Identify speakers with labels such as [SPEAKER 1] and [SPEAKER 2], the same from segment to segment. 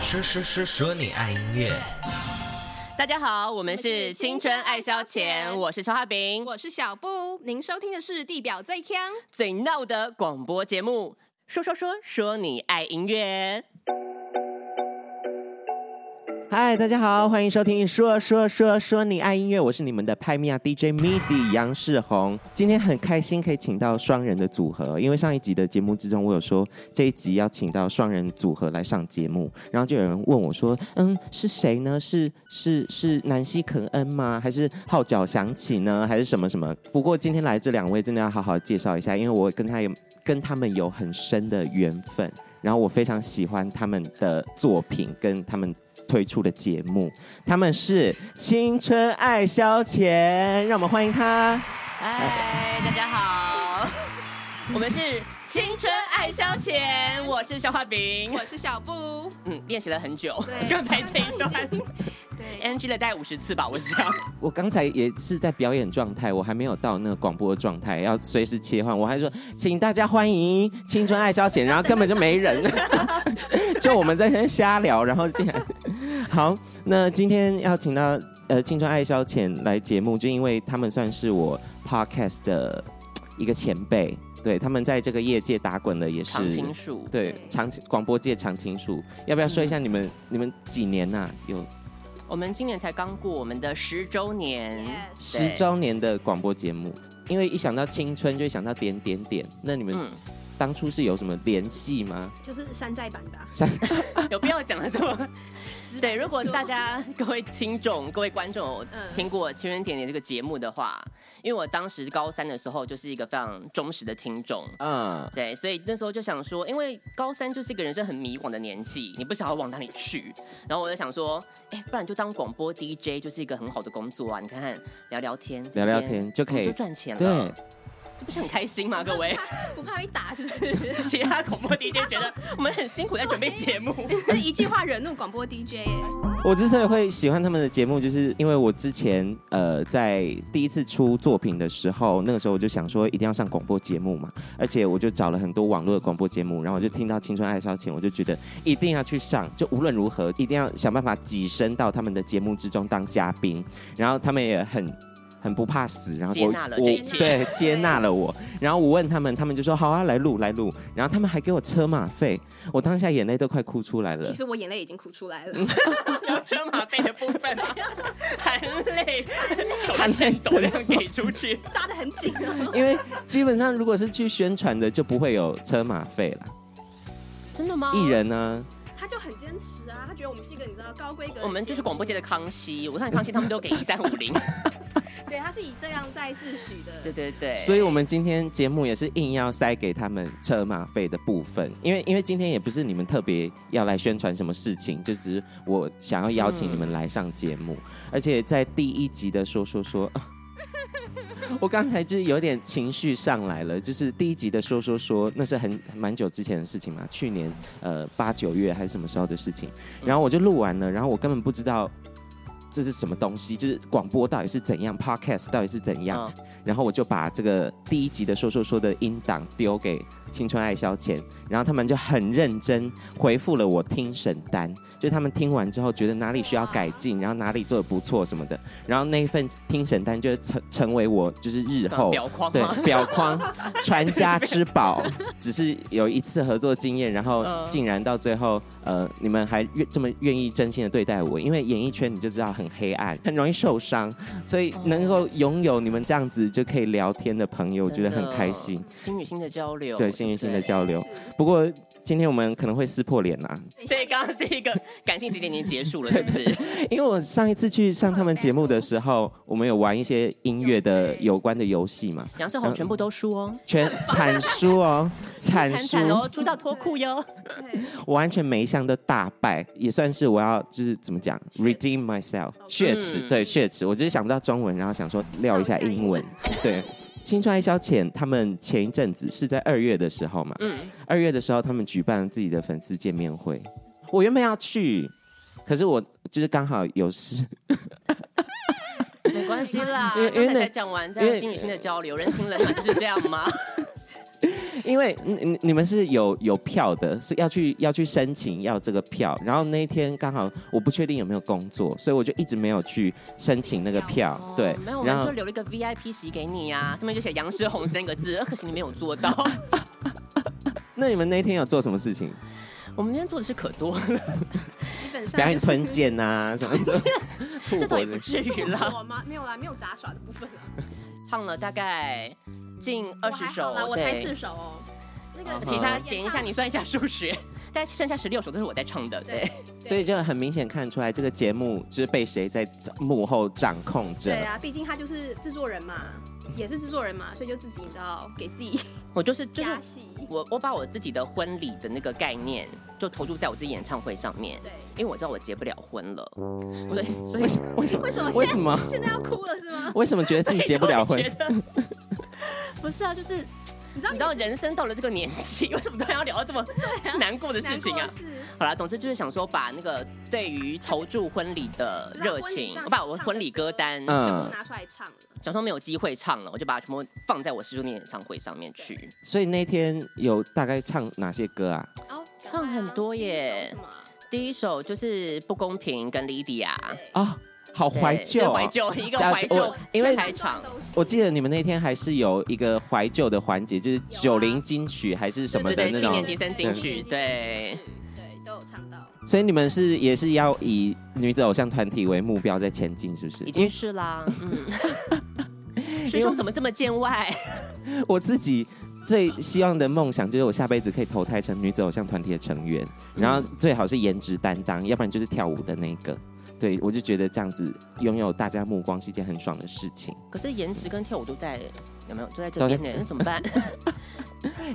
[SPEAKER 1] 说说说说你爱音乐，
[SPEAKER 2] 大家好，我们是青春爱消遣，我是肖哈饼，
[SPEAKER 3] 我是小布，您收听的是地表最强。
[SPEAKER 2] 最闹的广播节目，说说说说你爱音乐。嗨，大家好，欢迎收听《说说说说你爱音乐》，我是你们的派米亚 DJ MIDI 杨世宏。今天很开心可以请到双人的组合，因为上一集的节目之中，我有说这一集要请到双人组合来上节目，然后就有人问我说：“嗯，是谁呢？是是是南希肯恩吗？还是号角响起呢？还是什么什么？”不过今天来这两位真的要好好介绍一下，因为我跟他有跟他们有很深的缘分，然后我非常喜欢他们的作品跟他们推出的节目，他们是青春爱消遣，让我们欢迎他。
[SPEAKER 4] 嗨，大家 好，我们是青春爱消遣，我是小画饼
[SPEAKER 3] 我。是小布，
[SPEAKER 4] 嗯，练习了很久
[SPEAKER 3] 对，
[SPEAKER 4] 刚才这一 段
[SPEAKER 3] 刚刚已经 对，
[SPEAKER 4] NG 了大概五十次吧，我想。
[SPEAKER 2] 我刚才也是在表演状态，我还没有到那个广播状态，要随时切换。我还说，请大家欢迎青春爱消遣，然后根本就没人， 就我们在那边瞎聊，然后竟然好。那今天要请到呃青春爱消遣来节目，就因为他们算是我 podcast 的一个前辈，对他们在这个业界打滚的也是
[SPEAKER 4] 常青树，
[SPEAKER 2] 对
[SPEAKER 3] 对
[SPEAKER 2] 常青广播界常青树，要不要说一下你们、你们几年呐、有
[SPEAKER 4] 我们今年才刚过我们的十周年
[SPEAKER 3] Yes
[SPEAKER 2] 十周年的广播节目，因为一想到青春就会想到点点点。那你们
[SPEAKER 4] 嗯，
[SPEAKER 2] 当初是有什么联系吗？
[SPEAKER 3] 就是山寨版的啊、
[SPEAKER 4] 有必要讲的这么？
[SPEAKER 3] 直白
[SPEAKER 4] 对，
[SPEAKER 3] 地
[SPEAKER 4] 如果
[SPEAKER 3] 说
[SPEAKER 4] 大家 各位听众、各位观众有
[SPEAKER 3] 嗯
[SPEAKER 4] 听过《青春点点》这个节目的话，因为我当时高三的时候就是一个非常忠实的听众，
[SPEAKER 2] 嗯，
[SPEAKER 4] 对，所以那时候就想说，因为高三就是一个人生很迷惘的年纪，你不晓得往哪里去。然后我就想说，哎，不然就当广播 DJ 就是一个很好的工作啊！你看看，聊聊天，
[SPEAKER 2] 聊聊天就可
[SPEAKER 4] 我们就
[SPEAKER 2] 以。
[SPEAKER 4] 赚钱了，
[SPEAKER 2] 对，
[SPEAKER 4] 这不是很开心吗？各位，
[SPEAKER 3] 不怕被打是不 是？
[SPEAKER 4] 其他广播 DJ 觉得我们很辛苦在准备节目，
[SPEAKER 3] 这一句话惹怒广播 DJ，耶
[SPEAKER 2] 我之所以会喜欢他们的节目，就是因为我之前呃在第一次出作品的时候，那个时候我就想说一定要上广播节目嘛，而且我就找了很多网络的广播节目，然后我就听到《青春爱消遣》，我就觉得一定要去上，就无论如何一定要想办法跻身到他们的节目之中当嘉宾，然后他们也很。很不怕死，然后
[SPEAKER 4] 接
[SPEAKER 2] 我
[SPEAKER 4] 纳了
[SPEAKER 2] 我
[SPEAKER 4] 这一切
[SPEAKER 2] 对接纳了我，然后我问他们，他们就说好啊，来录来录，然后他们还给我车马费，我当下眼泪都快哭出来了
[SPEAKER 3] 其。实我眼泪已经哭出来了。
[SPEAKER 4] 嗯有车马费的部分 吗？含泪，手
[SPEAKER 2] 含泪
[SPEAKER 4] 抖量
[SPEAKER 2] 赠送
[SPEAKER 4] 给出去。
[SPEAKER 3] 扎得很 紧
[SPEAKER 4] 嗯
[SPEAKER 3] 哦，
[SPEAKER 2] 因为基本上如果是去宣传的，就不会有车马费了。
[SPEAKER 4] 真的吗
[SPEAKER 2] 艺人呢，
[SPEAKER 3] 他就很坚持啊，他觉得我们是一个你知道高规格的节目，
[SPEAKER 4] 我们就是广播界的康熙，我看康熙他们都给一三五零，
[SPEAKER 3] 对，他是以这样在自诩的，
[SPEAKER 4] 对对对，
[SPEAKER 2] 所以我们今天节目也是硬要塞给他们车马费的部分，因为因为今天也不是你们特别要来宣传什么事情，就只是我想要邀请你们来上节目，而且在第一集的说说说。 啊我刚才就是有点情绪上来了，就是第一集的说说说，那是很蛮久之前的事情嘛，去年呃八九月还是什么时候的事情，然后我就录完了，然后我根本不知道这是什么东西，就是广播到底是怎样，podcast 到底是怎样，
[SPEAKER 4] 嗯
[SPEAKER 2] 然后我就把这个第一集的说说说的音档丢给青春爱消遣，然后他们就很认真回复了我听审单，就他们听完之后觉得哪里需要改进，然后哪里做的不错什么的，然后那一份听审单就成成为我就是日
[SPEAKER 4] 刚刚
[SPEAKER 2] 后。
[SPEAKER 4] 表框啊
[SPEAKER 2] 对
[SPEAKER 4] 吗？
[SPEAKER 2] 表框传家之宝，只是有一次合作经验，然后
[SPEAKER 4] 嗯
[SPEAKER 2] 竟然到最后，呃，你们还愿这么愿意真心的对待我，因为演艺圈你就知道很黑暗，很容易受伤，所以能够拥有你们这样子就可以聊天的朋友，我觉得很开心
[SPEAKER 4] 真。的，心与心的交流，
[SPEAKER 2] 对，心与心的
[SPEAKER 4] 对。
[SPEAKER 2] 交流
[SPEAKER 3] 是。
[SPEAKER 2] 不过今天我们可能会撕破脸啦、
[SPEAKER 4] 所以刚刚是一个感性时间已经结 束了，是不是？
[SPEAKER 2] 因为我上一次去上他们节目的时候，我们有玩一些音乐的有关的游戏嘛，
[SPEAKER 4] 杨世宏全部都输哦，
[SPEAKER 2] 全惨输哦，惨
[SPEAKER 4] 惨
[SPEAKER 2] 输
[SPEAKER 4] 惨哦，出到脱裤哟。
[SPEAKER 3] 对，
[SPEAKER 2] 我完全每一项都大败，也算是我要就是怎么讲，redeem myself，血池、
[SPEAKER 4] 嗯
[SPEAKER 2] 对血池，我就是想不到中文，然后想说撂一下英文， 对。青春爱消遣，他们前一阵子是在二月的时候嘛，
[SPEAKER 4] 嗯，
[SPEAKER 2] 二月的时候他们举办了自己的粉丝见面会，我原本要去，可是我就是刚好有事，
[SPEAKER 4] 没关系啦
[SPEAKER 2] 因为，因为
[SPEAKER 4] 刚才
[SPEAKER 2] 那
[SPEAKER 4] 才讲完，
[SPEAKER 2] 因
[SPEAKER 4] 在
[SPEAKER 2] 为
[SPEAKER 4] 心与心的交流，人情冷暖就是这样吗？
[SPEAKER 2] 因为 你你你们是有有票的，是要去要去申请要这个票，然后那一天刚好我不确定有没有工作，所以我就一直没有去申请那个票
[SPEAKER 4] 哦，
[SPEAKER 2] 对
[SPEAKER 4] 没有，，我
[SPEAKER 2] 然
[SPEAKER 4] 们
[SPEAKER 2] 后
[SPEAKER 4] 就留了一个 VIP 席给你 呀、上面就写“杨诗红”三个字，呃可惜你没有做到。
[SPEAKER 2] 那你们那天有做什么事情？
[SPEAKER 4] 我们今天做的事可 多了，
[SPEAKER 3] 基本上
[SPEAKER 2] 表演
[SPEAKER 3] 就是
[SPEAKER 2] 吞剑呐什么的，吐
[SPEAKER 4] 这倒
[SPEAKER 2] 火
[SPEAKER 4] 也不
[SPEAKER 2] 的。
[SPEAKER 4] 至于 啦。
[SPEAKER 3] 我吗？没有啦，没有杂耍的部分啦。
[SPEAKER 4] 唱了大概近
[SPEAKER 3] 我
[SPEAKER 4] 二
[SPEAKER 3] 还
[SPEAKER 4] 十
[SPEAKER 3] 好
[SPEAKER 4] 首
[SPEAKER 3] 啦，，我才
[SPEAKER 4] 对
[SPEAKER 3] 四首哦。那
[SPEAKER 2] 嗯
[SPEAKER 3] 个
[SPEAKER 4] 其他
[SPEAKER 3] 演
[SPEAKER 4] 减一下，
[SPEAKER 3] 唱
[SPEAKER 4] 你算一下数学，但剩下十六首都是我在唱的，对
[SPEAKER 3] 对。
[SPEAKER 2] 所以就很明显看出来，这个节目就是被谁在幕后掌控着。
[SPEAKER 3] 对啊，毕竟他就是制作人嘛，也是制作人嘛，所以就自己你知道给自 己
[SPEAKER 4] 我就是就是
[SPEAKER 3] 加戏。
[SPEAKER 4] 我我把我自己的婚礼的那个概念就投注在我自己演唱会上面，
[SPEAKER 3] 对，
[SPEAKER 4] 因为我知道我结不了婚了，所以所以
[SPEAKER 2] 为什么？为什么？
[SPEAKER 3] 为什么
[SPEAKER 2] 为什么？
[SPEAKER 3] 现在要哭了是吗？
[SPEAKER 2] 为什么觉得自己结 不了婚
[SPEAKER 4] 我？觉得 不是啊，就是
[SPEAKER 3] 你知道
[SPEAKER 4] 你知道人生到了这个年纪，为什么突然要聊到这么难过的事情啊
[SPEAKER 3] 难过？是
[SPEAKER 4] 好啦，总之就是想说，把那个对于投注婚礼的热情，我把我婚礼歌单，
[SPEAKER 3] 全
[SPEAKER 2] 嗯
[SPEAKER 3] 部拿出来唱了。
[SPEAKER 4] 想说没有机会唱了，我就把它全部放在我师兄的演唱会上面去。
[SPEAKER 2] 所以那天有大概唱哪些歌啊？
[SPEAKER 3] 哦，
[SPEAKER 4] 唱很多耶
[SPEAKER 3] 第一首是吗
[SPEAKER 4] 第一首就是不公平跟 Lydia，
[SPEAKER 3] 对
[SPEAKER 2] 啊、好
[SPEAKER 4] 对
[SPEAKER 2] 怀旧、
[SPEAKER 4] 就
[SPEAKER 2] 哦
[SPEAKER 4] 怀。旧一个
[SPEAKER 2] 这样
[SPEAKER 4] 怀
[SPEAKER 2] 我
[SPEAKER 4] 旧，
[SPEAKER 2] 因为
[SPEAKER 4] 全台场。
[SPEAKER 2] 我记得你们那天还是有一个怀旧的环节，就是
[SPEAKER 3] 有啊
[SPEAKER 2] 九零金曲还是什么
[SPEAKER 4] 对
[SPEAKER 2] 的
[SPEAKER 4] 对
[SPEAKER 2] 那
[SPEAKER 4] 纪
[SPEAKER 2] 种，
[SPEAKER 4] 念级生进去对
[SPEAKER 3] 对对，都有唱 到。
[SPEAKER 2] 所以你们是也是要以女子偶像团体为目标在前进，是不是？
[SPEAKER 4] 已
[SPEAKER 2] 因
[SPEAKER 4] 经是啦，嗯。师兄怎么这么见外？
[SPEAKER 2] 为我自己最希望的梦想就是我下辈子可以投胎成女子偶像团体的成员，
[SPEAKER 4] 嗯
[SPEAKER 2] 然后最好是颜值担当，要不然就是跳舞的那一个。对，我就觉得这样子拥有大家目光是一件很爽的事情。
[SPEAKER 4] 可是颜值跟跳舞都在，有没有都在这边呢？那怎么办？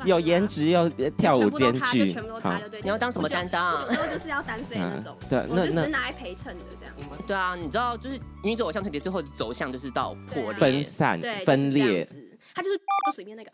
[SPEAKER 2] 有颜值又呃跳舞兼具
[SPEAKER 3] 全部都，
[SPEAKER 2] 好
[SPEAKER 3] 他，就对。
[SPEAKER 4] 你要当什么啊担当
[SPEAKER 3] 我？有时候就是要单飞那种，
[SPEAKER 2] 对，
[SPEAKER 3] 我
[SPEAKER 2] 嗯那
[SPEAKER 3] 就只
[SPEAKER 2] 那
[SPEAKER 3] 是拿来陪衬的这样。
[SPEAKER 4] 对啊，你知道，就是女子偶像团体最后的走向就是到破
[SPEAKER 3] 对啊
[SPEAKER 2] 分
[SPEAKER 4] 裂，
[SPEAKER 2] 散
[SPEAKER 3] 对，
[SPEAKER 2] 嗯分裂
[SPEAKER 3] 就是这样子。他就是 里面那个，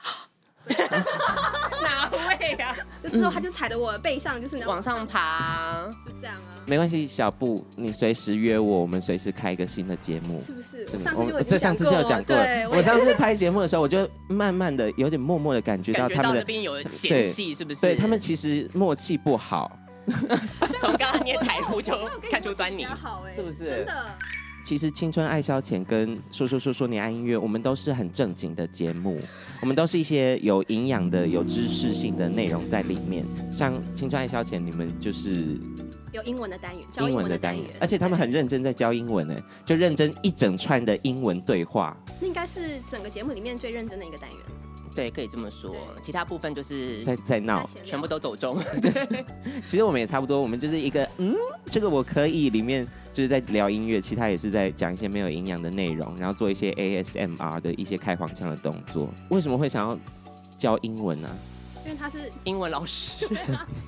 [SPEAKER 4] 哪位啊？
[SPEAKER 3] 就之后
[SPEAKER 2] 嗯
[SPEAKER 3] 他就踩着我的背上，就是
[SPEAKER 4] 往上，爬，
[SPEAKER 3] 就这样啊，
[SPEAKER 2] 没关系，小布，你随时约我，我们随时开一个新的节目。
[SPEAKER 3] 是不是？
[SPEAKER 2] 是
[SPEAKER 3] 我
[SPEAKER 2] 不
[SPEAKER 3] 上
[SPEAKER 2] 是
[SPEAKER 3] 次就已
[SPEAKER 2] 我
[SPEAKER 3] 经
[SPEAKER 2] 这上次就有讲过了
[SPEAKER 3] 对，
[SPEAKER 2] 我上次拍节目的时候，我就慢慢的有点默默的感觉到
[SPEAKER 4] 感觉
[SPEAKER 2] 他
[SPEAKER 4] 到
[SPEAKER 2] 们
[SPEAKER 4] 那
[SPEAKER 2] 的，
[SPEAKER 4] 边有嫌隙，是不是？
[SPEAKER 2] 对他们其实默契不好。
[SPEAKER 4] 从刚刚捏台步 就
[SPEAKER 3] 我有跟你
[SPEAKER 4] 看出端倪
[SPEAKER 3] 比较。好哎，
[SPEAKER 2] 是不是
[SPEAKER 3] 真的，
[SPEAKER 2] 其实《青春爱消遣》跟《说说说说你爱音乐》，我们都是很正经的节目，我们都是一些有营养的、有知识性的内容在里面。像《青春爱消遣》，你们就是
[SPEAKER 3] 有英文的单元，教
[SPEAKER 2] 英文的单元
[SPEAKER 3] 元，，
[SPEAKER 2] 而且他们很认真在教英文呢，就认真一整串的英文对话。
[SPEAKER 3] 对那应该是整个节目里面最认真的一个单元，
[SPEAKER 4] 对，可以这么说。其他部分就是
[SPEAKER 2] 在在闹
[SPEAKER 3] 大，闲聊
[SPEAKER 4] 全部都走 中。
[SPEAKER 2] 其实我们也差不多，我们就是一个嗯，这个我可以里面就是在聊音乐，其他也是在讲一些没有营养的内容，然后做一些 ASMR 的一些开黄腔的动作。为什么会想要教英文啊呢、
[SPEAKER 3] 因为他是
[SPEAKER 4] 英文老师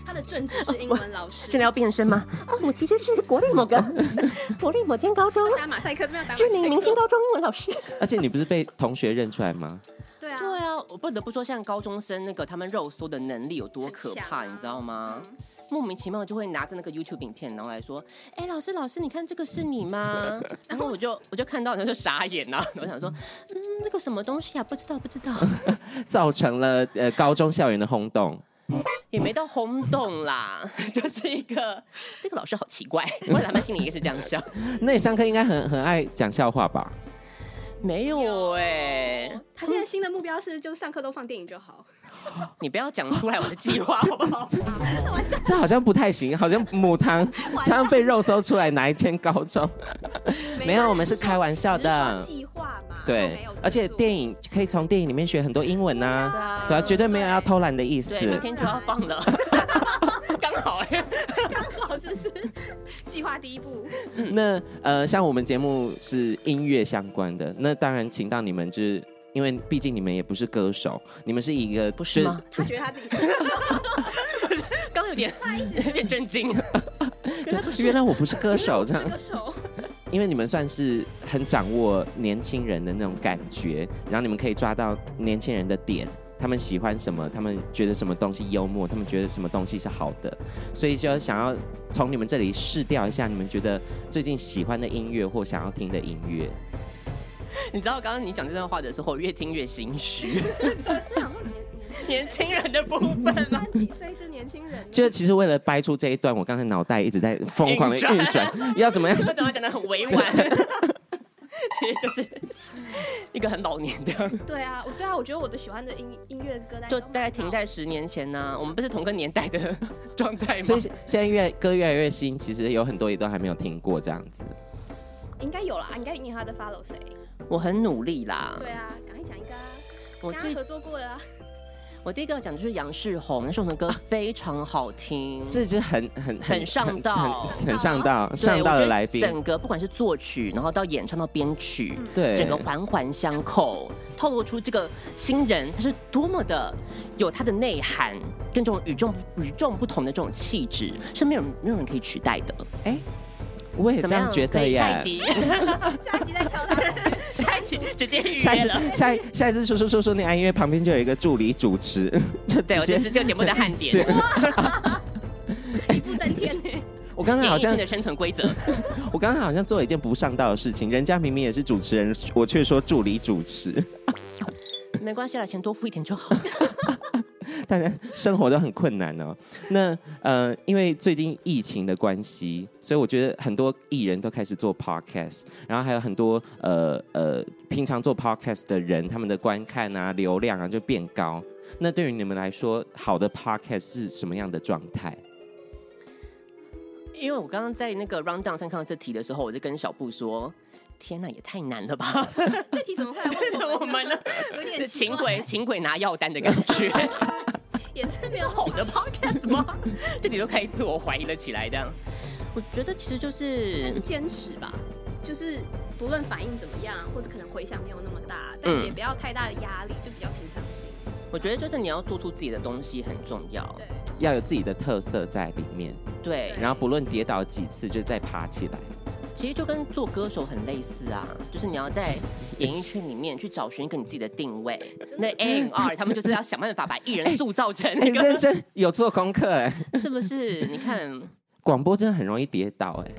[SPEAKER 3] 他的正职是英文老 师，
[SPEAKER 4] 现在要变身吗？哦，我其实是国立某个 国立某间高中
[SPEAKER 3] 打马赛克，这边要打马赛
[SPEAKER 4] 知
[SPEAKER 3] 克
[SPEAKER 4] 名明星，高中英文老师。
[SPEAKER 2] 而且你不是被同学认出来吗？
[SPEAKER 3] 对啊，
[SPEAKER 4] 对啊，我不得不说，像高中生那个他们肉搜的能力有多可怕，
[SPEAKER 3] 很强啊
[SPEAKER 4] 你知道吗？
[SPEAKER 3] 嗯
[SPEAKER 4] 莫名其妙就会拿着那个 YouTube 影片，然后来说：“哎、老师，老师，你看这个是你吗？” 然后我就我就看到，然后就傻眼啊！我想说，嗯，那个什么东西啊，不知道，不知道，
[SPEAKER 2] 造成了呃高中校园的轰动。
[SPEAKER 4] 也没到轰动啦， 就是一个这个老师好奇怪，我他们心里也是这样想，
[SPEAKER 2] 那你上课应该很很爱讲笑话吧？
[SPEAKER 4] 没有哎、
[SPEAKER 3] 他现在新的目标是，就上课都放电影就好。
[SPEAKER 4] 你不要讲出来我的计 划好不好？
[SPEAKER 2] 这好像不太行，好像母汤常常被肉搜出来哪一间高中。 没有我们是开玩笑的
[SPEAKER 3] 只是说计划嘛。
[SPEAKER 2] 对，而且电
[SPEAKER 3] 影
[SPEAKER 2] 影可以从电影里面学很多英文呐、
[SPEAKER 4] 对啊
[SPEAKER 2] 对啊，绝对没有 要偷懒的意思
[SPEAKER 4] 对，。明天就要放了， 刚好哎、
[SPEAKER 3] 好是不是计划第一步，
[SPEAKER 2] 那呃，像我们节目是音乐相关的，那当然请到你们，就是因为毕竟你们也不是歌手，你们是一个
[SPEAKER 4] 不是吗？
[SPEAKER 3] 他觉得他自己是，
[SPEAKER 4] 刚有点 有点震惊，
[SPEAKER 2] 就就原来我不是歌 手这样
[SPEAKER 3] 这，个手
[SPEAKER 2] 因为你们算是很掌握年轻人的那种感觉，然后你们可以抓到年轻人的点，他们喜欢什么，他们觉得什么东西幽默，他们觉得什么东西是好的，所以就想要从你们这里试调一下，你们觉得最近喜欢的音乐或想要听的音乐。
[SPEAKER 4] 你知道刚刚你讲这段话的时候，我越听越心虚。
[SPEAKER 3] 我想说你的你的
[SPEAKER 4] 年轻人的部分吗？
[SPEAKER 3] 三几岁是年轻人，
[SPEAKER 2] 就其实为了掰出这一段，我刚才脑袋一直在疯狂的运
[SPEAKER 4] 运
[SPEAKER 2] 转， 要怎么样？
[SPEAKER 4] 我怎么讲的很委婉？ 其实就是一个很老年的，
[SPEAKER 3] 对啊，我对啊，我觉得我的喜欢的音音乐歌单
[SPEAKER 4] 就大概停在十年前呢、啊我们不是同个年代的状态吗？
[SPEAKER 2] 所以现在越歌越来越新，其实有很多也都还没有听过这样子。
[SPEAKER 3] 应该有啦，啊应该你还在 follow 谁？
[SPEAKER 4] 我很努力啦。
[SPEAKER 3] 对啊，赶快讲一个啊，
[SPEAKER 4] 嗯我
[SPEAKER 3] 跟他
[SPEAKER 4] 最
[SPEAKER 3] 合作过的啊，
[SPEAKER 4] 我第一个要讲的就是杨世宏，那首的歌
[SPEAKER 2] 啊
[SPEAKER 4] 非常好听。
[SPEAKER 2] 这就很很
[SPEAKER 4] 很上道
[SPEAKER 2] 很很上道，
[SPEAKER 4] 对
[SPEAKER 2] 上道
[SPEAKER 4] 我觉
[SPEAKER 2] 的
[SPEAKER 4] 得
[SPEAKER 2] 来宾。
[SPEAKER 4] 整个不管是作曲，然后到演唱到编曲，
[SPEAKER 3] 嗯
[SPEAKER 2] 对，
[SPEAKER 4] 整个环环相扣，透露出这个新人他是多么的有他的内涵，跟这种与众与众不同的这种气质，是没有没有人可以取代的。
[SPEAKER 2] 我也
[SPEAKER 4] 怎
[SPEAKER 2] 这
[SPEAKER 4] 么
[SPEAKER 2] 样
[SPEAKER 4] 样？
[SPEAKER 2] 觉得
[SPEAKER 4] 可以
[SPEAKER 2] 耶。
[SPEAKER 4] 下一集，
[SPEAKER 3] 下一集再 敲他。
[SPEAKER 4] 下一集直接预
[SPEAKER 2] 下一
[SPEAKER 4] 约了。
[SPEAKER 2] 下一下一次说说说说那安音乐旁边就有一个助理主持， 就
[SPEAKER 4] 对，
[SPEAKER 2] 直
[SPEAKER 4] 我觉
[SPEAKER 2] 接
[SPEAKER 4] 得这个节目的汗点，
[SPEAKER 2] 对
[SPEAKER 3] 一步登天呢。
[SPEAKER 2] 我刚才
[SPEAKER 4] 演
[SPEAKER 2] 好
[SPEAKER 4] 艺圈
[SPEAKER 2] 像
[SPEAKER 4] 的生存规则。
[SPEAKER 2] 我刚才好像做了一件不上道的事情，人家明明也是主持人，我却说助理主持，
[SPEAKER 4] 没关系啦，钱多付一点就 好。
[SPEAKER 2] 大家生活都很困难哦。那呃，因为最近疫情的关系，所以我觉得很多艺人都开始做 podcast，然后还有很多呃呃平常做 podcast 的人，他们的观看啊、流量啊就变高。那对于你们来说，好的 podcast 是什么样的状态？
[SPEAKER 4] 因为我刚刚在那个 round down 上看到这题的时候，我就跟小布说：“天哪，也太难了吧！
[SPEAKER 3] 这题怎么会来问
[SPEAKER 4] 我们呢？
[SPEAKER 3] 有
[SPEAKER 4] 是
[SPEAKER 3] 点奇
[SPEAKER 4] 请
[SPEAKER 3] 怪
[SPEAKER 4] 鬼，请鬼拿药单的感 觉。
[SPEAKER 3] 也是没有
[SPEAKER 4] 好的 podcast 吗？ 这里都可以自我怀疑了起来，这样。我觉得其实就是
[SPEAKER 3] 是坚持吧，就是不论反应怎么样，或者可能回响没有那么大，但也不要太大的压力，就比较平常心。
[SPEAKER 4] 我觉得就是你要做出自己的东西很重要。
[SPEAKER 3] 对，
[SPEAKER 2] 要有自己的特色在里面，
[SPEAKER 4] 对，
[SPEAKER 3] 对
[SPEAKER 2] 然后不论跌倒几次，就再爬起来。
[SPEAKER 4] 其实就跟做歌手很类似啊，就是你要 在演艺圈里面去找寻一个你自己的定位。那 A N R 他们就是要想办法把艺人塑造成
[SPEAKER 2] 哎、
[SPEAKER 4] 一个，
[SPEAKER 2] 认真有做功课哎、
[SPEAKER 4] 是不是？你看
[SPEAKER 2] 广播真的很容易跌倒哎、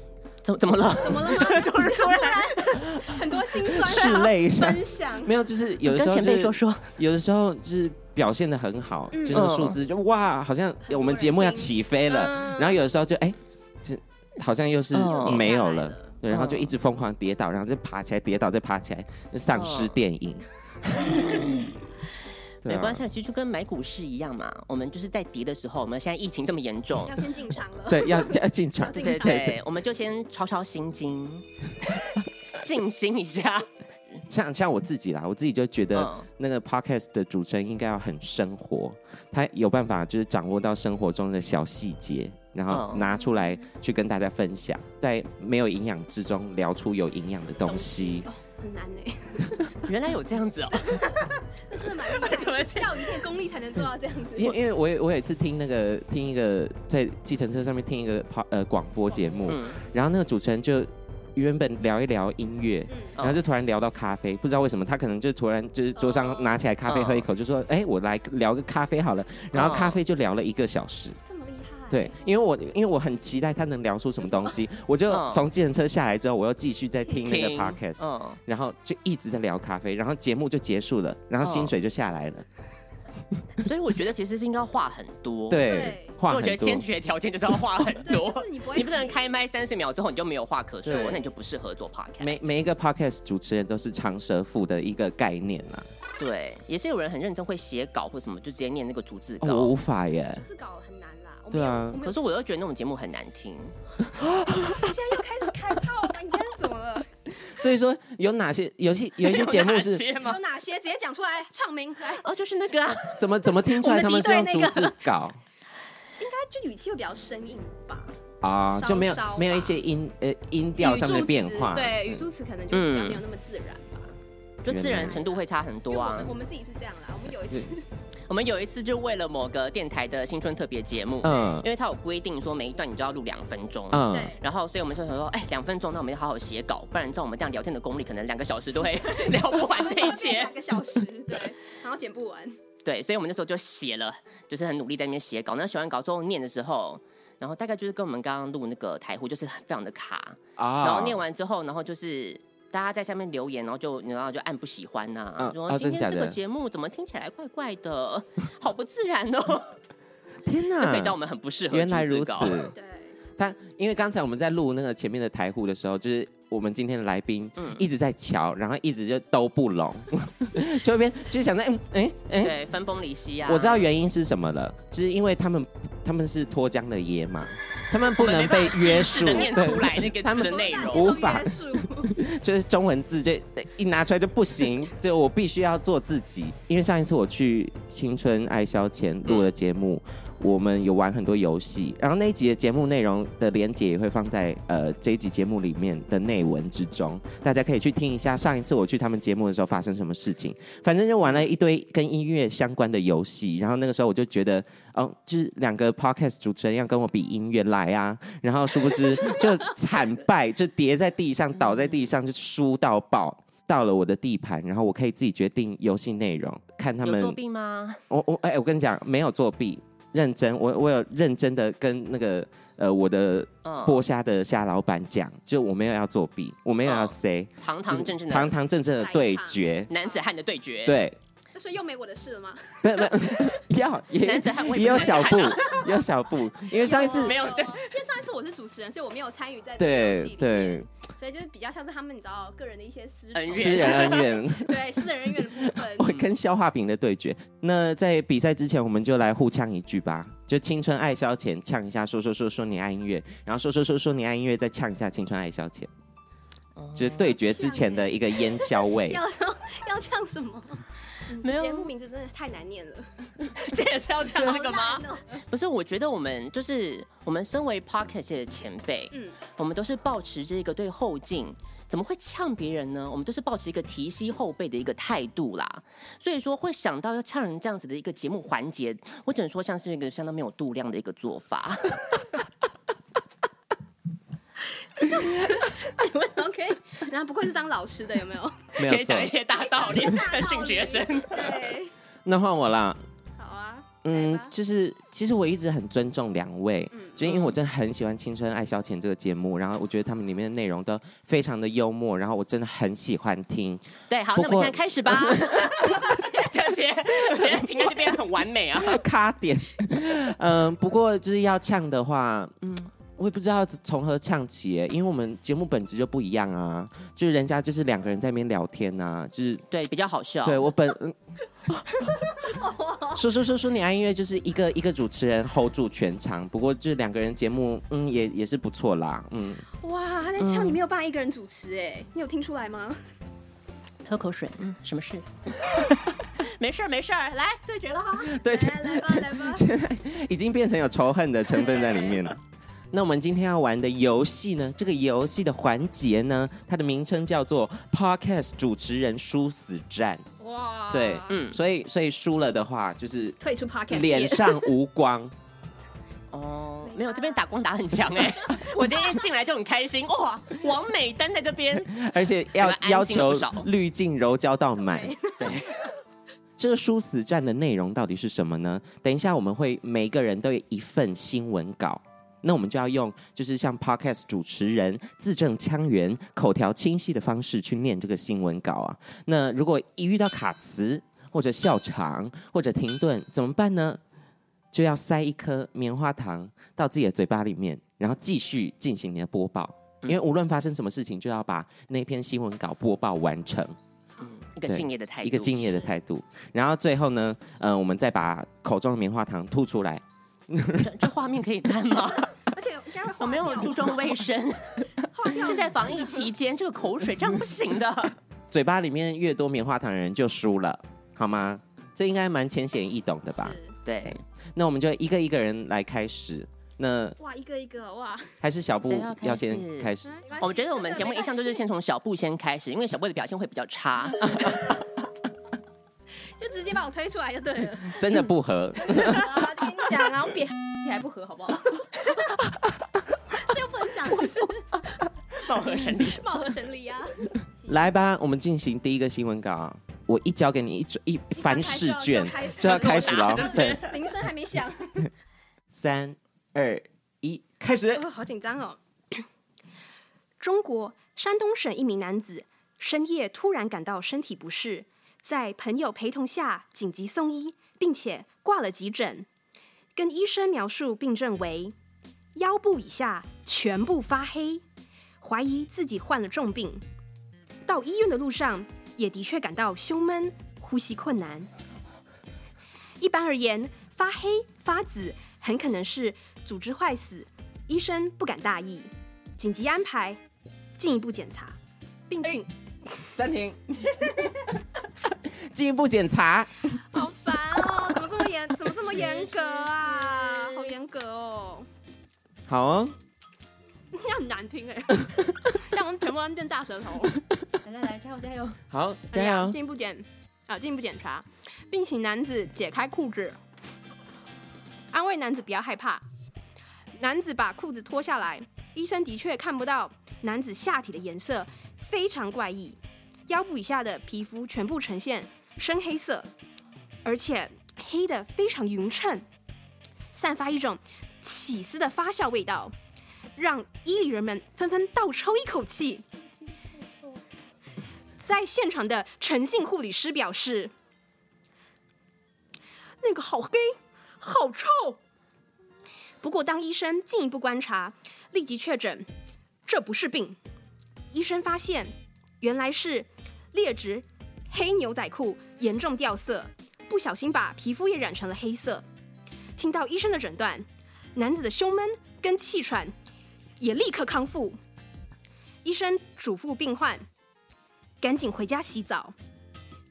[SPEAKER 4] 怎 么怎么了？
[SPEAKER 3] 怎么了吗？突然突然很多心酸
[SPEAKER 2] 室内一下
[SPEAKER 3] 分享，
[SPEAKER 2] 没有，就是有 的
[SPEAKER 4] 啊跟
[SPEAKER 2] 时候
[SPEAKER 4] 前
[SPEAKER 2] 就
[SPEAKER 4] 辈
[SPEAKER 2] 是
[SPEAKER 4] 说说，
[SPEAKER 2] 有的时候就是表现的很好，
[SPEAKER 3] 嗯
[SPEAKER 2] 就那个数字就哇，好像
[SPEAKER 3] 多人
[SPEAKER 2] 我们节目要起飞了，
[SPEAKER 3] 嗯
[SPEAKER 2] 然后有的时候就哎，这好像又是嗯
[SPEAKER 4] 哦
[SPEAKER 2] 没有
[SPEAKER 3] 又跌下来
[SPEAKER 2] 了
[SPEAKER 3] 了，
[SPEAKER 2] 对，然后就一直疯狂跌倒，然后就爬起来，跌倒再爬起来，就丧尸电影。对
[SPEAKER 4] 没
[SPEAKER 2] 啊
[SPEAKER 4] 关系，啊，其实就跟买股市一样嘛。我们就是在跌的时候，我们现在疫情这么严重
[SPEAKER 3] 要，先进场了。
[SPEAKER 2] 对，要要进场，
[SPEAKER 3] 对
[SPEAKER 4] 对
[SPEAKER 3] 对
[SPEAKER 4] 对，我们就先抄抄心经， 静心一下。
[SPEAKER 2] 像像我自己啦，我自己就觉得
[SPEAKER 4] 嗯
[SPEAKER 2] 那个 podcast 的主持人应该要很生活，他有办法就是掌握到生活中的小细节，然后
[SPEAKER 4] 嗯
[SPEAKER 2] 拿出来去跟大家分享，在没有营养之中聊出有营养的 东西。
[SPEAKER 3] 哦，很难呢，
[SPEAKER 4] 原来有这样子 哦，
[SPEAKER 3] 那真的蛮厉害
[SPEAKER 4] 怎么
[SPEAKER 3] 的，
[SPEAKER 4] 这
[SPEAKER 3] 要有一定的功力才能做到这样子。
[SPEAKER 2] 因为因为我有我有一次听那个听一个在计程车上面听一个 po- 呃广播节目，
[SPEAKER 4] 嗯，
[SPEAKER 2] 然后那个主持人就原本聊一聊音乐，
[SPEAKER 3] 嗯，
[SPEAKER 4] 哦
[SPEAKER 2] 然后就突然聊到咖啡，不知道为什么他可能就突然就是桌上
[SPEAKER 3] 哦
[SPEAKER 2] 拿起来咖啡喝一口，就说：“哎、我来聊个咖啡好了。”然后
[SPEAKER 4] 哦
[SPEAKER 2] 咖啡就聊了一个小时。
[SPEAKER 3] 这么厉害。
[SPEAKER 2] 对，因为我因为我很期待他能聊出什么东西，我就
[SPEAKER 4] 哦
[SPEAKER 2] 从计程车下来之后，我又继续在听那个
[SPEAKER 4] 听
[SPEAKER 2] podcast，、
[SPEAKER 4] 嗯，
[SPEAKER 2] 然后就一直在聊咖啡，然后节目就结束了，然后
[SPEAKER 4] 哦
[SPEAKER 2] 薪水就下来了。
[SPEAKER 4] 所以我觉得其实是应该要话很多，，
[SPEAKER 2] 对
[SPEAKER 3] 对，
[SPEAKER 2] 话
[SPEAKER 4] 我觉得
[SPEAKER 2] 很多
[SPEAKER 4] 先。决条件就是要话很
[SPEAKER 3] 对，
[SPEAKER 4] 多
[SPEAKER 3] 就，是你不会，
[SPEAKER 4] 你不能。开麦三十秒之后你就没有话可说，
[SPEAKER 2] 对
[SPEAKER 4] 那你就不适合做 podcast。
[SPEAKER 2] 每每一个 podcast 主持人都是长舌妇的一个概念啊啦、
[SPEAKER 4] 对，也是有人很认真会写稿或什么，就直接念那个逐字
[SPEAKER 2] 哦我
[SPEAKER 4] 稿。
[SPEAKER 2] 无法耶。
[SPEAKER 3] 这搞很难啦，我们
[SPEAKER 2] 对啊
[SPEAKER 3] 有我们有
[SPEAKER 4] 可是我又觉得那种节目很难听，
[SPEAKER 3] 你现在又开始开炮了，你今天怎么了？
[SPEAKER 2] 所以说有哪些有些有一些节目是
[SPEAKER 4] 有哪些吗
[SPEAKER 3] 有？哪些？直接讲出来，唱名来。
[SPEAKER 4] 哦，就是那个啊，
[SPEAKER 2] 怎么怎么听出来他们是用逐字 稿
[SPEAKER 3] 他就语气会比较生硬吧，
[SPEAKER 2] 啊？
[SPEAKER 3] 稍
[SPEAKER 2] 就没有
[SPEAKER 3] 稍吧
[SPEAKER 2] 没有一些音呃音调上面的变化。嗯
[SPEAKER 3] 语助词对，语助词可能就比较没有那么自然吧。
[SPEAKER 4] 就自然程度会差很
[SPEAKER 3] 因为
[SPEAKER 4] 多
[SPEAKER 3] 我
[SPEAKER 4] 啊
[SPEAKER 3] 们我。们自己是这样啦，我们有一次
[SPEAKER 4] 我们有一次就为了某个电台的新春特别节目，
[SPEAKER 2] 嗯
[SPEAKER 4] 因为它有规定说每一段你就要录两分钟。
[SPEAKER 2] 嗯
[SPEAKER 3] 对，
[SPEAKER 4] 然后，所以我们就想说，哎，两分钟，那我们要好好写稿，不然照我们这样聊天的功力，可能两个小时都会 聊不完这一节
[SPEAKER 3] 两。个小时，对，然后剪不完，
[SPEAKER 4] 对，所以我们那时候就写了，就是很努力在那边写稿。那写完稿之后念的时候，然后大概就是跟我们刚刚录那个台呼就是非常的卡，
[SPEAKER 2] 啊
[SPEAKER 4] 然后念完之后，然后就是。大家在下面留言，然后就然后就按不喜欢呐、
[SPEAKER 2] 嗯
[SPEAKER 4] 说、
[SPEAKER 2] 哦
[SPEAKER 4] 今
[SPEAKER 2] 真的假
[SPEAKER 4] 天这个
[SPEAKER 2] 的
[SPEAKER 4] 节目怎么听起来怪怪的，好不自然哦，
[SPEAKER 2] 天
[SPEAKER 4] 就可以叫我
[SPEAKER 2] 哪！
[SPEAKER 4] 们很不适合
[SPEAKER 2] 嗯原来
[SPEAKER 4] 逐字
[SPEAKER 2] 如
[SPEAKER 4] 稿
[SPEAKER 2] 此，
[SPEAKER 3] 对，
[SPEAKER 2] 但因为刚才我们在录那个前面的台呼的时候，就是我们今天的来宾
[SPEAKER 4] 嗯，
[SPEAKER 2] 一直在瞧，然后一直就都不拢， 就会变就是想在嗯哎 哎，
[SPEAKER 4] 对，分崩离析啊，
[SPEAKER 2] 我知道原因是什么了，就是因为他们他们是脱缰的野马，他们不能被约束，
[SPEAKER 4] 的念出来那个
[SPEAKER 2] 他
[SPEAKER 4] 字
[SPEAKER 2] 们
[SPEAKER 4] 的内容，
[SPEAKER 2] 无法
[SPEAKER 3] 接受约束
[SPEAKER 2] 就是中文字就一拿出来就不行，就我必须要做自己。因为上一次我去青春爱消遣录的节目，我们有玩很多游戏，然后那一集的节目内容的连结也会放在呃这一集节目里面的内文之中，大家可以去听一下上一次我去他们节目的时候发生什么事情。反正就玩了一堆跟音乐相关的游戏，然后那个时候我就觉得，哦，就是两个 podcast 主持人要跟我比音乐来啊，然后殊不知就惨败，就跌在地上，倒在地上就输到爆。到了我的地盘，然后我可以自己决定游戏内容，看他
[SPEAKER 4] 有
[SPEAKER 2] 们
[SPEAKER 4] 作弊吗？
[SPEAKER 2] 我我哎、我跟你讲，没有作弊，认真，我我有认真的跟那个呃我的
[SPEAKER 4] 嗯，
[SPEAKER 2] 剥虾的虾老板讲，就我没有要作弊，我没有要
[SPEAKER 4] 嗯
[SPEAKER 2] say，、
[SPEAKER 4] 堂
[SPEAKER 2] 就是
[SPEAKER 4] 堂正正
[SPEAKER 2] 堂
[SPEAKER 4] 的
[SPEAKER 2] 堂正正的
[SPEAKER 3] 来一
[SPEAKER 2] 对
[SPEAKER 3] 场
[SPEAKER 2] 决，
[SPEAKER 4] 男子汉的对决，，
[SPEAKER 2] 对，
[SPEAKER 3] 所以又没我的事了吗？
[SPEAKER 2] 不不，要也
[SPEAKER 4] 男子 汉我也不
[SPEAKER 2] 也有
[SPEAKER 4] 是男子
[SPEAKER 2] 小步，也有小步，因 为上一 次
[SPEAKER 4] 没有对
[SPEAKER 3] 因为上一次我是主持人，所以我没有参与在这个游戏
[SPEAKER 2] 对
[SPEAKER 3] 里面，
[SPEAKER 2] 对
[SPEAKER 3] 所以就是比较像是他们你知道个人的一些私
[SPEAKER 4] 恩
[SPEAKER 2] 私
[SPEAKER 4] 怨
[SPEAKER 2] 人恩 怨，
[SPEAKER 3] 对私人恩怨的部分
[SPEAKER 2] 我跟消化饼的对决。那在比赛之前，我们就来互呛一句吧，就青春爱消遣，呛一下说说说说你爱音乐，然后说说说说你爱音乐，再呛一下青春爱消遣，
[SPEAKER 3] 哦
[SPEAKER 2] 就是对决之前的一个烟消味。
[SPEAKER 3] 要要唱什么？
[SPEAKER 4] 没
[SPEAKER 3] 节目
[SPEAKER 4] 有，
[SPEAKER 3] 名字真的太难念了，
[SPEAKER 4] 这也是要讲这个吗
[SPEAKER 3] 好？烂哦？
[SPEAKER 4] 不是，我觉得我们就是我们身为 Pocket 界的前辈，
[SPEAKER 3] 嗯，
[SPEAKER 4] 我们都是保持这个对后进，怎么会呛别人呢？我们都是保持一个提携后辈的一个态度啦。所以说会想到要呛人这样子的一个节目环节，我只能说像是一个相当没有度量的一个做法。
[SPEAKER 3] 你为什么可以？然后不愧是当老师的，有没有？
[SPEAKER 2] 没有错，
[SPEAKER 4] 些大道 理训学生。
[SPEAKER 3] 对，
[SPEAKER 2] 那换我啦。
[SPEAKER 3] 好啊，
[SPEAKER 2] 嗯
[SPEAKER 3] 来吧，
[SPEAKER 2] 就是其实我一直很尊重两位，
[SPEAKER 3] 嗯
[SPEAKER 2] 就因为我真的很喜欢《青春爱消遣》这个节目，然后我觉得他们里面的内容都非常的幽默，然后我真的很喜欢听。
[SPEAKER 4] 对，好，
[SPEAKER 2] 不
[SPEAKER 4] 那我们
[SPEAKER 2] 过
[SPEAKER 4] 现在开始吧。 小姐，我觉得停在这边很完美啊。
[SPEAKER 2] 卡点， 嗯，不过就是要呛的话，嗯，我也不知道从何呛起耶，因为我们节目本质就不一样啊，就是人家就是两个人在那边聊天啊，就是
[SPEAKER 4] 对，比较好笑。
[SPEAKER 2] 对我本。 嗯说说说说你爱音乐就是一个一个主持人 hold 住全场，不过就是两个人节目，嗯，也也是不错啦，嗯，
[SPEAKER 3] 哇，他在唱，你没有办法一个人主持，哎，你有听出来吗？
[SPEAKER 4] 喝口水，嗯，什么事？ 没事儿，没事儿，来对决了哈。
[SPEAKER 2] 对，
[SPEAKER 3] 来来吧，来吧，
[SPEAKER 2] 已经变成有仇恨的成分在里面了。 那我们今天要玩的游戏呢，这个游戏的环节呢，它的名称叫做 Podcast 主持人殊死战。
[SPEAKER 3] 哇，
[SPEAKER 2] 对
[SPEAKER 4] 嗯，
[SPEAKER 2] 所以，所以输了的话 就是
[SPEAKER 3] 退出 podcast
[SPEAKER 2] 脸
[SPEAKER 3] 界
[SPEAKER 2] 上无光。
[SPEAKER 4] 哦，
[SPEAKER 3] 没
[SPEAKER 4] 没有，
[SPEAKER 3] 啦
[SPEAKER 4] 这边打光打很强 哎、我今天一进来就很开心哇，王美丹在这边，
[SPEAKER 2] 而且要
[SPEAKER 4] 整个
[SPEAKER 2] 要
[SPEAKER 4] 安静了
[SPEAKER 2] 求
[SPEAKER 4] 不少
[SPEAKER 2] 滤镜柔焦到满。
[SPEAKER 4] 对，
[SPEAKER 2] 这个殊死战的内容到底是什么呢？等一下我们会每个人都有一份新闻稿，那我们就要用就是像 podcast 主持人字正腔圆、口条清晰的方式去念这个新闻稿啊。那如果一遇到卡词或者笑场或者停顿，怎么办呢？就要塞一颗棉花糖到自己的嘴巴里面，然后继续进行你的播报。因为无论发生什么事情，就要把那篇新闻稿播报完成。
[SPEAKER 4] 嗯，一个
[SPEAKER 2] 对
[SPEAKER 4] 敬业的态度，
[SPEAKER 2] 一个敬业的态度。然后最后呢，呃，我们再把口中的棉花糖吐出来。
[SPEAKER 4] 这这画面可以看吗？
[SPEAKER 3] 而且应该会 划
[SPEAKER 4] 我没有
[SPEAKER 3] 掉
[SPEAKER 4] 注重卫 生，
[SPEAKER 3] 划掉
[SPEAKER 4] 现在防疫期间，这个口水这样不行的。
[SPEAKER 2] 嘴巴里面越多棉花糖的人就输了，好吗？这应该蛮浅显易懂的吧？
[SPEAKER 3] 是
[SPEAKER 4] 对，
[SPEAKER 2] 那我们就一个一个人来开始。那
[SPEAKER 3] 哇，一个一个哇，
[SPEAKER 2] 还是小布
[SPEAKER 4] 谁要开始啊
[SPEAKER 2] 要先开始。
[SPEAKER 3] 嗯没关系
[SPEAKER 4] 哦我觉得我们节目一向都是先从小布先开始，因为小布的表现会比较 差。
[SPEAKER 3] 就直接把我推出来就对了。
[SPEAKER 2] 真的 不合，
[SPEAKER 3] 啊，跟你讲，然后别 你还不合，好不 好？这又不能讲，只是
[SPEAKER 4] 貌合神离，
[SPEAKER 3] 貌合神离啊。
[SPEAKER 2] 来吧，我们进行第一个新闻稿。我一交给你一准一翻试卷
[SPEAKER 3] 一翻开
[SPEAKER 2] 就
[SPEAKER 3] 就
[SPEAKER 2] 要
[SPEAKER 3] 要
[SPEAKER 2] 开
[SPEAKER 3] 开
[SPEAKER 2] 始
[SPEAKER 4] 始
[SPEAKER 2] 了
[SPEAKER 4] 了
[SPEAKER 2] 哦，
[SPEAKER 4] 是
[SPEAKER 2] 对，
[SPEAKER 3] 铃声还没响，
[SPEAKER 2] 三二一，开始。
[SPEAKER 3] 哦，好紧张哦。中国山东省一名男子
[SPEAKER 5] 深夜突然感到身体不适，在朋友陪同下紧急送医，并且挂了急诊。跟医生描述病症为腰部以下全部发黑，怀疑自己患了重病。到医院的路上，也的确感到胸闷、呼吸困难。一般而言，发黑、发紫很可能是组织坏死，医生不敢大意，紧急安排进一步检查，并请
[SPEAKER 4] 暂停。
[SPEAKER 2] 进一步检查，
[SPEAKER 3] 好烦哦！怎么这么 严？怎么这么严格啊？好严格 哦！
[SPEAKER 2] 好哦，
[SPEAKER 3] 那很难听 哎，让我们全部人变大舌头。
[SPEAKER 5] 来来来，加油加油！
[SPEAKER 2] 好，
[SPEAKER 4] 哎
[SPEAKER 2] 加
[SPEAKER 5] 哎
[SPEAKER 2] 油！
[SPEAKER 3] 进一步检啊，进一步检查，并请男子解开裤子，安慰男子不要害怕。男子把裤子脱下来，医生的确看不到
[SPEAKER 5] 男子下体的颜色非常怪异，腰部以下的皮肤全部呈现深黑色，而且黑的非常匀称，散发一种起司的发酵味道，让伊犁人们纷纷倒抽一口气。在现场的诚信护理师表示：“那个好黑，好臭。”不过，当医生进一步观察，立即确诊这不是病。医生发现，原来是劣质黑牛仔裤严重掉色，不小心把皮肤也染成了黑色。听到医生的诊断，男子的胸闷跟气喘也立刻康复。医生嘱咐病患赶紧回家洗澡。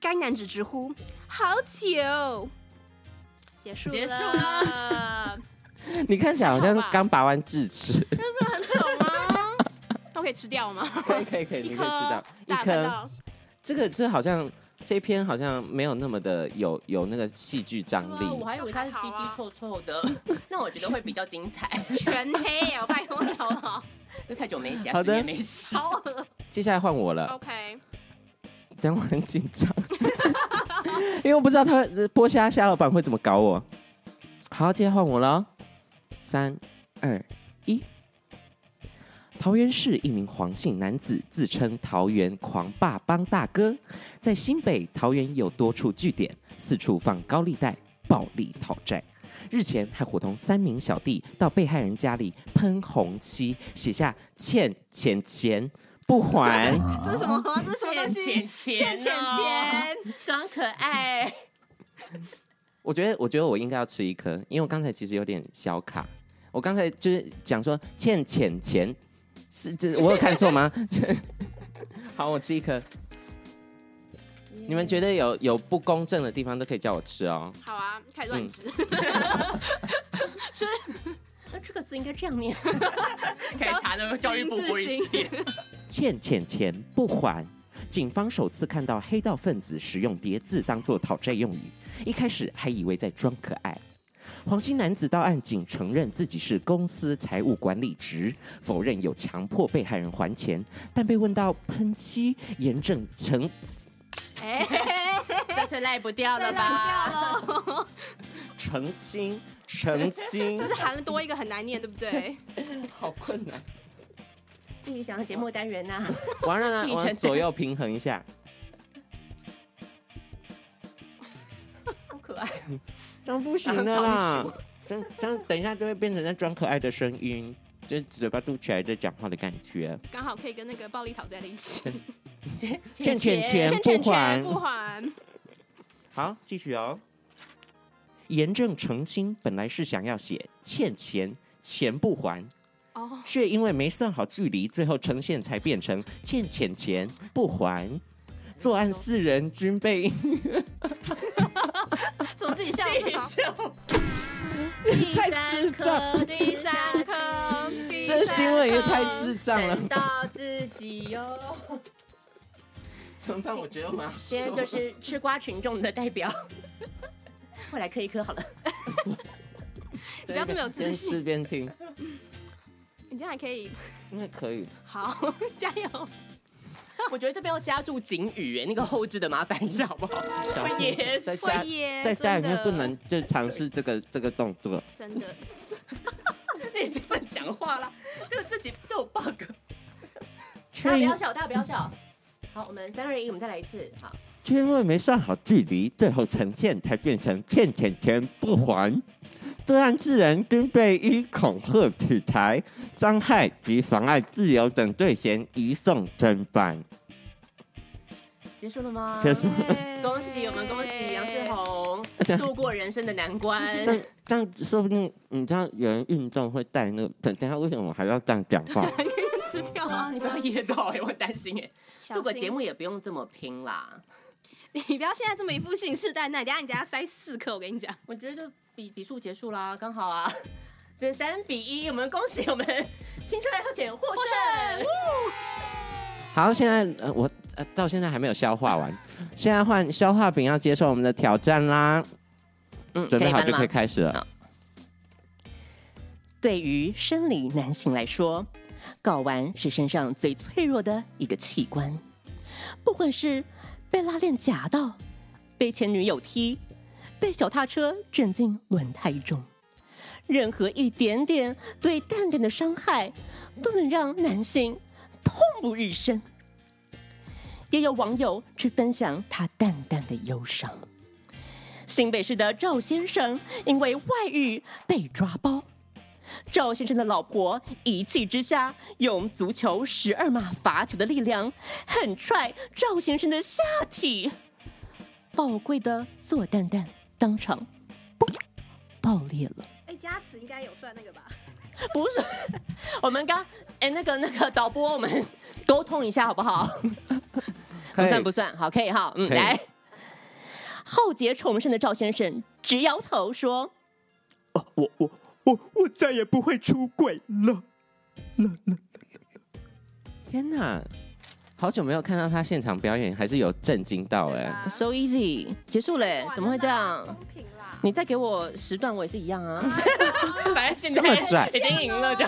[SPEAKER 5] 该男子直呼：“好久
[SPEAKER 3] 结束
[SPEAKER 4] 结束
[SPEAKER 3] 了，
[SPEAKER 2] 你看起来好像刚拔完智齿，
[SPEAKER 3] 懂吗？都可以吃掉吗？
[SPEAKER 2] 可以可以可以，你可以知道一
[SPEAKER 3] 大家看
[SPEAKER 2] 颗。
[SPEAKER 3] 到
[SPEAKER 2] 这个这好像这篇好像没有那么的有有那个戏剧张
[SPEAKER 4] 啊，我
[SPEAKER 2] 力，
[SPEAKER 4] 还以为它是鸡鸡臭臭的， 那我觉得会比较精彩。
[SPEAKER 3] 全黑耶，我拜托你好不好？
[SPEAKER 4] 因为太久没洗，
[SPEAKER 2] 好
[SPEAKER 4] 啊，
[SPEAKER 2] 的
[SPEAKER 4] 十年没洗。
[SPEAKER 3] 好恶
[SPEAKER 2] 接下来换我了。
[SPEAKER 3] ，OK，
[SPEAKER 2] 这样我很紧张，因为我不知道他呃剥虾虾老板会怎么搞我。好，接下来换我了哦，三二一。桃园市一名黄姓男子自称桃园狂霸帮大哥，在新北、桃园有多处据点，四处放高利贷，暴力讨债。日前还伙同三名小弟到被害人家里喷红漆，写下欠钱钱不还。
[SPEAKER 3] 这是什么？这是什么东西？
[SPEAKER 4] 钱
[SPEAKER 3] 欠钱，钱，
[SPEAKER 4] 哦 装可爱。
[SPEAKER 2] 我觉得，我觉得我应该要吃一颗，因为我刚才其实有点小卡。我刚才就是讲说欠钱钱，是这我有看错吗？ 好，我吃一颗。你们觉得有有不公正的地方都可以叫我吃哦。
[SPEAKER 3] 好啊，开始乱吃，
[SPEAKER 4] 那这个字应该这样念， 开始查的教育部不 一定。
[SPEAKER 2] 欠钱钱不还。警方首次看到黑道分子使用叠字当做讨债用语，一开始还以为在装可爱。黄姓男子到案，仅承认自己是公司财务管理职，否认有强迫被害人还钱，但被问到喷漆，严正成
[SPEAKER 3] 哎，
[SPEAKER 4] 这次赖不掉了
[SPEAKER 3] 真的掉
[SPEAKER 4] 吧？
[SPEAKER 3] 了。
[SPEAKER 2] 澄清澄清
[SPEAKER 3] 就，是含了多一个很难念，对不对？
[SPEAKER 2] 好困难。
[SPEAKER 4] 自己想要节目单元呐、
[SPEAKER 2] 我要让他
[SPEAKER 4] 自己
[SPEAKER 2] 我要
[SPEAKER 4] 承担
[SPEAKER 2] 左右平衡一下。
[SPEAKER 4] 好可爱。
[SPEAKER 2] 这样不行的 啦，这样这样等一下就会变成在装可爱的声音，就是嘴巴嘟起来在讲话的感觉。
[SPEAKER 3] 刚好可以跟那个暴力讨债在一起。
[SPEAKER 2] 欠钱钱
[SPEAKER 3] 欠
[SPEAKER 2] 不
[SPEAKER 3] 欠
[SPEAKER 2] 还
[SPEAKER 3] 钱，不 还，
[SPEAKER 2] 好，继续哦。严正澄清，本来是想要写欠钱钱不还，
[SPEAKER 3] 哦，
[SPEAKER 2] 却因为没算好距离，最后呈现才变成欠钱钱不还。作
[SPEAKER 4] 哦
[SPEAKER 2] 案四人均被
[SPEAKER 3] 怎么自己 笑
[SPEAKER 4] 第
[SPEAKER 3] 了？
[SPEAKER 2] 太智
[SPEAKER 4] 三
[SPEAKER 2] 障，
[SPEAKER 4] 颗，
[SPEAKER 3] 第三颗，第
[SPEAKER 2] 这
[SPEAKER 3] 三
[SPEAKER 2] 新闻也
[SPEAKER 3] 颗
[SPEAKER 2] 太智障了。
[SPEAKER 4] 等到自己
[SPEAKER 3] 哦
[SPEAKER 4] 哟、
[SPEAKER 2] 从到我觉得我要
[SPEAKER 4] 今天就是吃瓜群众的代表。 我来磕一磕好了，
[SPEAKER 3] 你不要这么有自信
[SPEAKER 2] 边吃边听，
[SPEAKER 3] 你这样还可以，
[SPEAKER 2] 应该可以。
[SPEAKER 3] 好， 加油！
[SPEAKER 4] 我觉得这边要加注警语，哎，那个后置的麻烦一下好不好？
[SPEAKER 2] 小心
[SPEAKER 4] 也
[SPEAKER 2] 在
[SPEAKER 3] 会
[SPEAKER 2] 家
[SPEAKER 3] 耶，
[SPEAKER 2] 在家里面不
[SPEAKER 3] 真的
[SPEAKER 2] 能就尝试这个这个动作。
[SPEAKER 3] 真的，
[SPEAKER 4] 那已经不能讲话了，这个这集都有 bug。大家不
[SPEAKER 2] 确
[SPEAKER 4] 要笑，大家不要笑。好，我们三二一，我们再来一次。好，
[SPEAKER 2] 却因为没算好距离，最后呈现才变成欠钱钱不还。对岸之人均被依恐吓取财、伤害及妨碍自由等罪嫌移送侦办。
[SPEAKER 4] 结束了吗？
[SPEAKER 2] 结束
[SPEAKER 3] 哎
[SPEAKER 2] 哎
[SPEAKER 4] 恭喜我们，恭喜杨世宏度过人生的难 关。
[SPEAKER 2] 但但说不定你知道，有人运动会带那个，等等一下为什么我还要这样讲话？
[SPEAKER 3] 吃掉
[SPEAKER 4] 啊，你不要噎到哎、我很担心哎、
[SPEAKER 3] 小
[SPEAKER 4] 做个
[SPEAKER 3] 心
[SPEAKER 4] 节目也不用这么拼啦，
[SPEAKER 3] 你不要现在这么一副信誓旦旦，等一下你等一下塞四颗，我跟你讲。
[SPEAKER 4] 我觉得就比比数结束啦，刚好啊，这三比一，我们恭喜我们青春爱消遣获胜。
[SPEAKER 2] 好，现在呃我呃到现在还没有消化完， 现在换消化饼要接受我们的挑战啦，
[SPEAKER 4] 嗯
[SPEAKER 2] 准备好就可以
[SPEAKER 4] 吗
[SPEAKER 2] 开始了。
[SPEAKER 4] 好对于生理男性来说，睾丸是身上最脆弱的一个器官。不管是被拉链夹到，被前女友踢，被脚踏车卷进轮胎中，任何一点点对蛋蛋的伤害，都能让男性痛不欲生。也有网友去分享他淡淡的忧伤。新北市的赵先生因为外遇被抓包。赵先生的老婆一气之下，用足球十二码罚球的力量狠踹赵先生的下体，宝贵的左蛋蛋当场 嘣爆裂了。
[SPEAKER 3] 哎、加持应该有算那个吧？
[SPEAKER 4] 不是，我们刚哎那个那个导播，我们沟通一下好不好？不
[SPEAKER 2] 可以
[SPEAKER 4] 算不算，好，可以哈，嗯，
[SPEAKER 2] 可以
[SPEAKER 4] 来。浩劫重生的赵先生直摇头说
[SPEAKER 6] 啊，我我我我再也不会出轨了。
[SPEAKER 2] 天哪，好久没有看到他现场表演，还是有震惊到哎、
[SPEAKER 4] ：“So easy，结束嘞，怎么会这样？
[SPEAKER 3] 公平啦！
[SPEAKER 4] 你再给我十段，我也是一样啊。 反正现
[SPEAKER 2] 这么拽
[SPEAKER 4] 已经赢了，就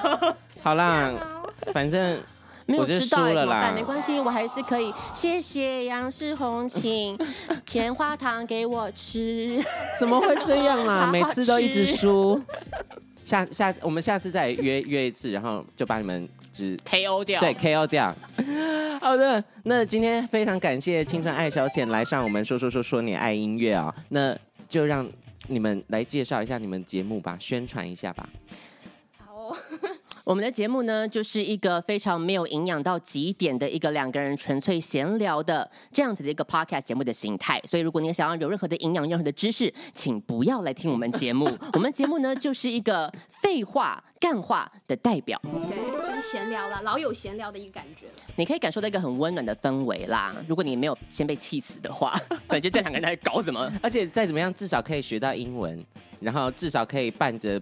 [SPEAKER 2] 好啦，
[SPEAKER 4] 哦
[SPEAKER 2] 反正
[SPEAKER 4] 没有
[SPEAKER 2] 我就
[SPEAKER 4] 吃到
[SPEAKER 2] 输
[SPEAKER 4] 哎
[SPEAKER 2] 了
[SPEAKER 4] 怎么
[SPEAKER 2] 啦
[SPEAKER 4] 办？没关系，我还是可以。谢谢杨世宏， 请钱花糖给我吃。
[SPEAKER 2] 怎么会这样
[SPEAKER 4] 好
[SPEAKER 2] 啦？
[SPEAKER 4] 好
[SPEAKER 2] 每次都一直
[SPEAKER 4] 吃
[SPEAKER 2] 输。下下，我们下次再约约一次，然后就把你们只
[SPEAKER 4] KO 掉
[SPEAKER 2] 对 KO 掉。好的，那今天非常感谢青春爱小浅来上我们说说说说你爱音乐哦，那就让你们来介绍一下你们节目吧，宣传一下吧。
[SPEAKER 3] 好、哦，
[SPEAKER 4] 我们的节目呢，就是一个非常没有营养到极点的一个两个人纯粹闲聊的这样子的一个 podcast 节目的形态。所以，如果你想要有任何的营养、任何的知识，请不要来听我们节目。我们节目呢，就是一个废话、干话的代表。
[SPEAKER 3] 对，就是闲聊啦，老有闲聊的一个感觉了。
[SPEAKER 4] 你可以感受到一个很温暖的氛围啦。如果你没有先被气死的 话，感觉这两个人在搞什么？
[SPEAKER 2] 而且再怎么样，至少可以学到英文，然后至少可以伴着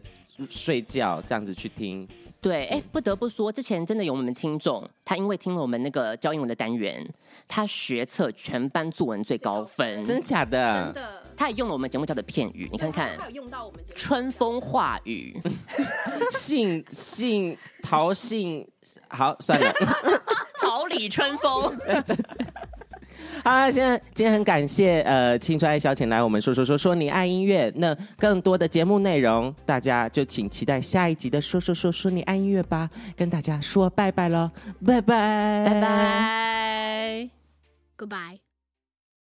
[SPEAKER 2] 睡觉这样子去听。
[SPEAKER 4] 对，哎，不得不说，之前真的有我们听众，他因为听了我们那个教英文的单元，他学测全班作文最高分，
[SPEAKER 2] 真假的？
[SPEAKER 3] 真的，
[SPEAKER 4] 他也用了我们节目叫的片语，你看看
[SPEAKER 3] 他，有用到我们节目
[SPEAKER 4] 春风化雨，
[SPEAKER 2] 姓姓陶姓，好算了。
[SPEAKER 4] 桃李春风。
[SPEAKER 2] 好啦，现在今天很感谢呃青春爱小浅来我们说说说说你爱音乐。那更多的节目内容，大家就请期待下一集的说说说说你爱音乐吧。跟大家说拜拜喽，拜拜，
[SPEAKER 4] 拜。拜。
[SPEAKER 3] ，Goodbye。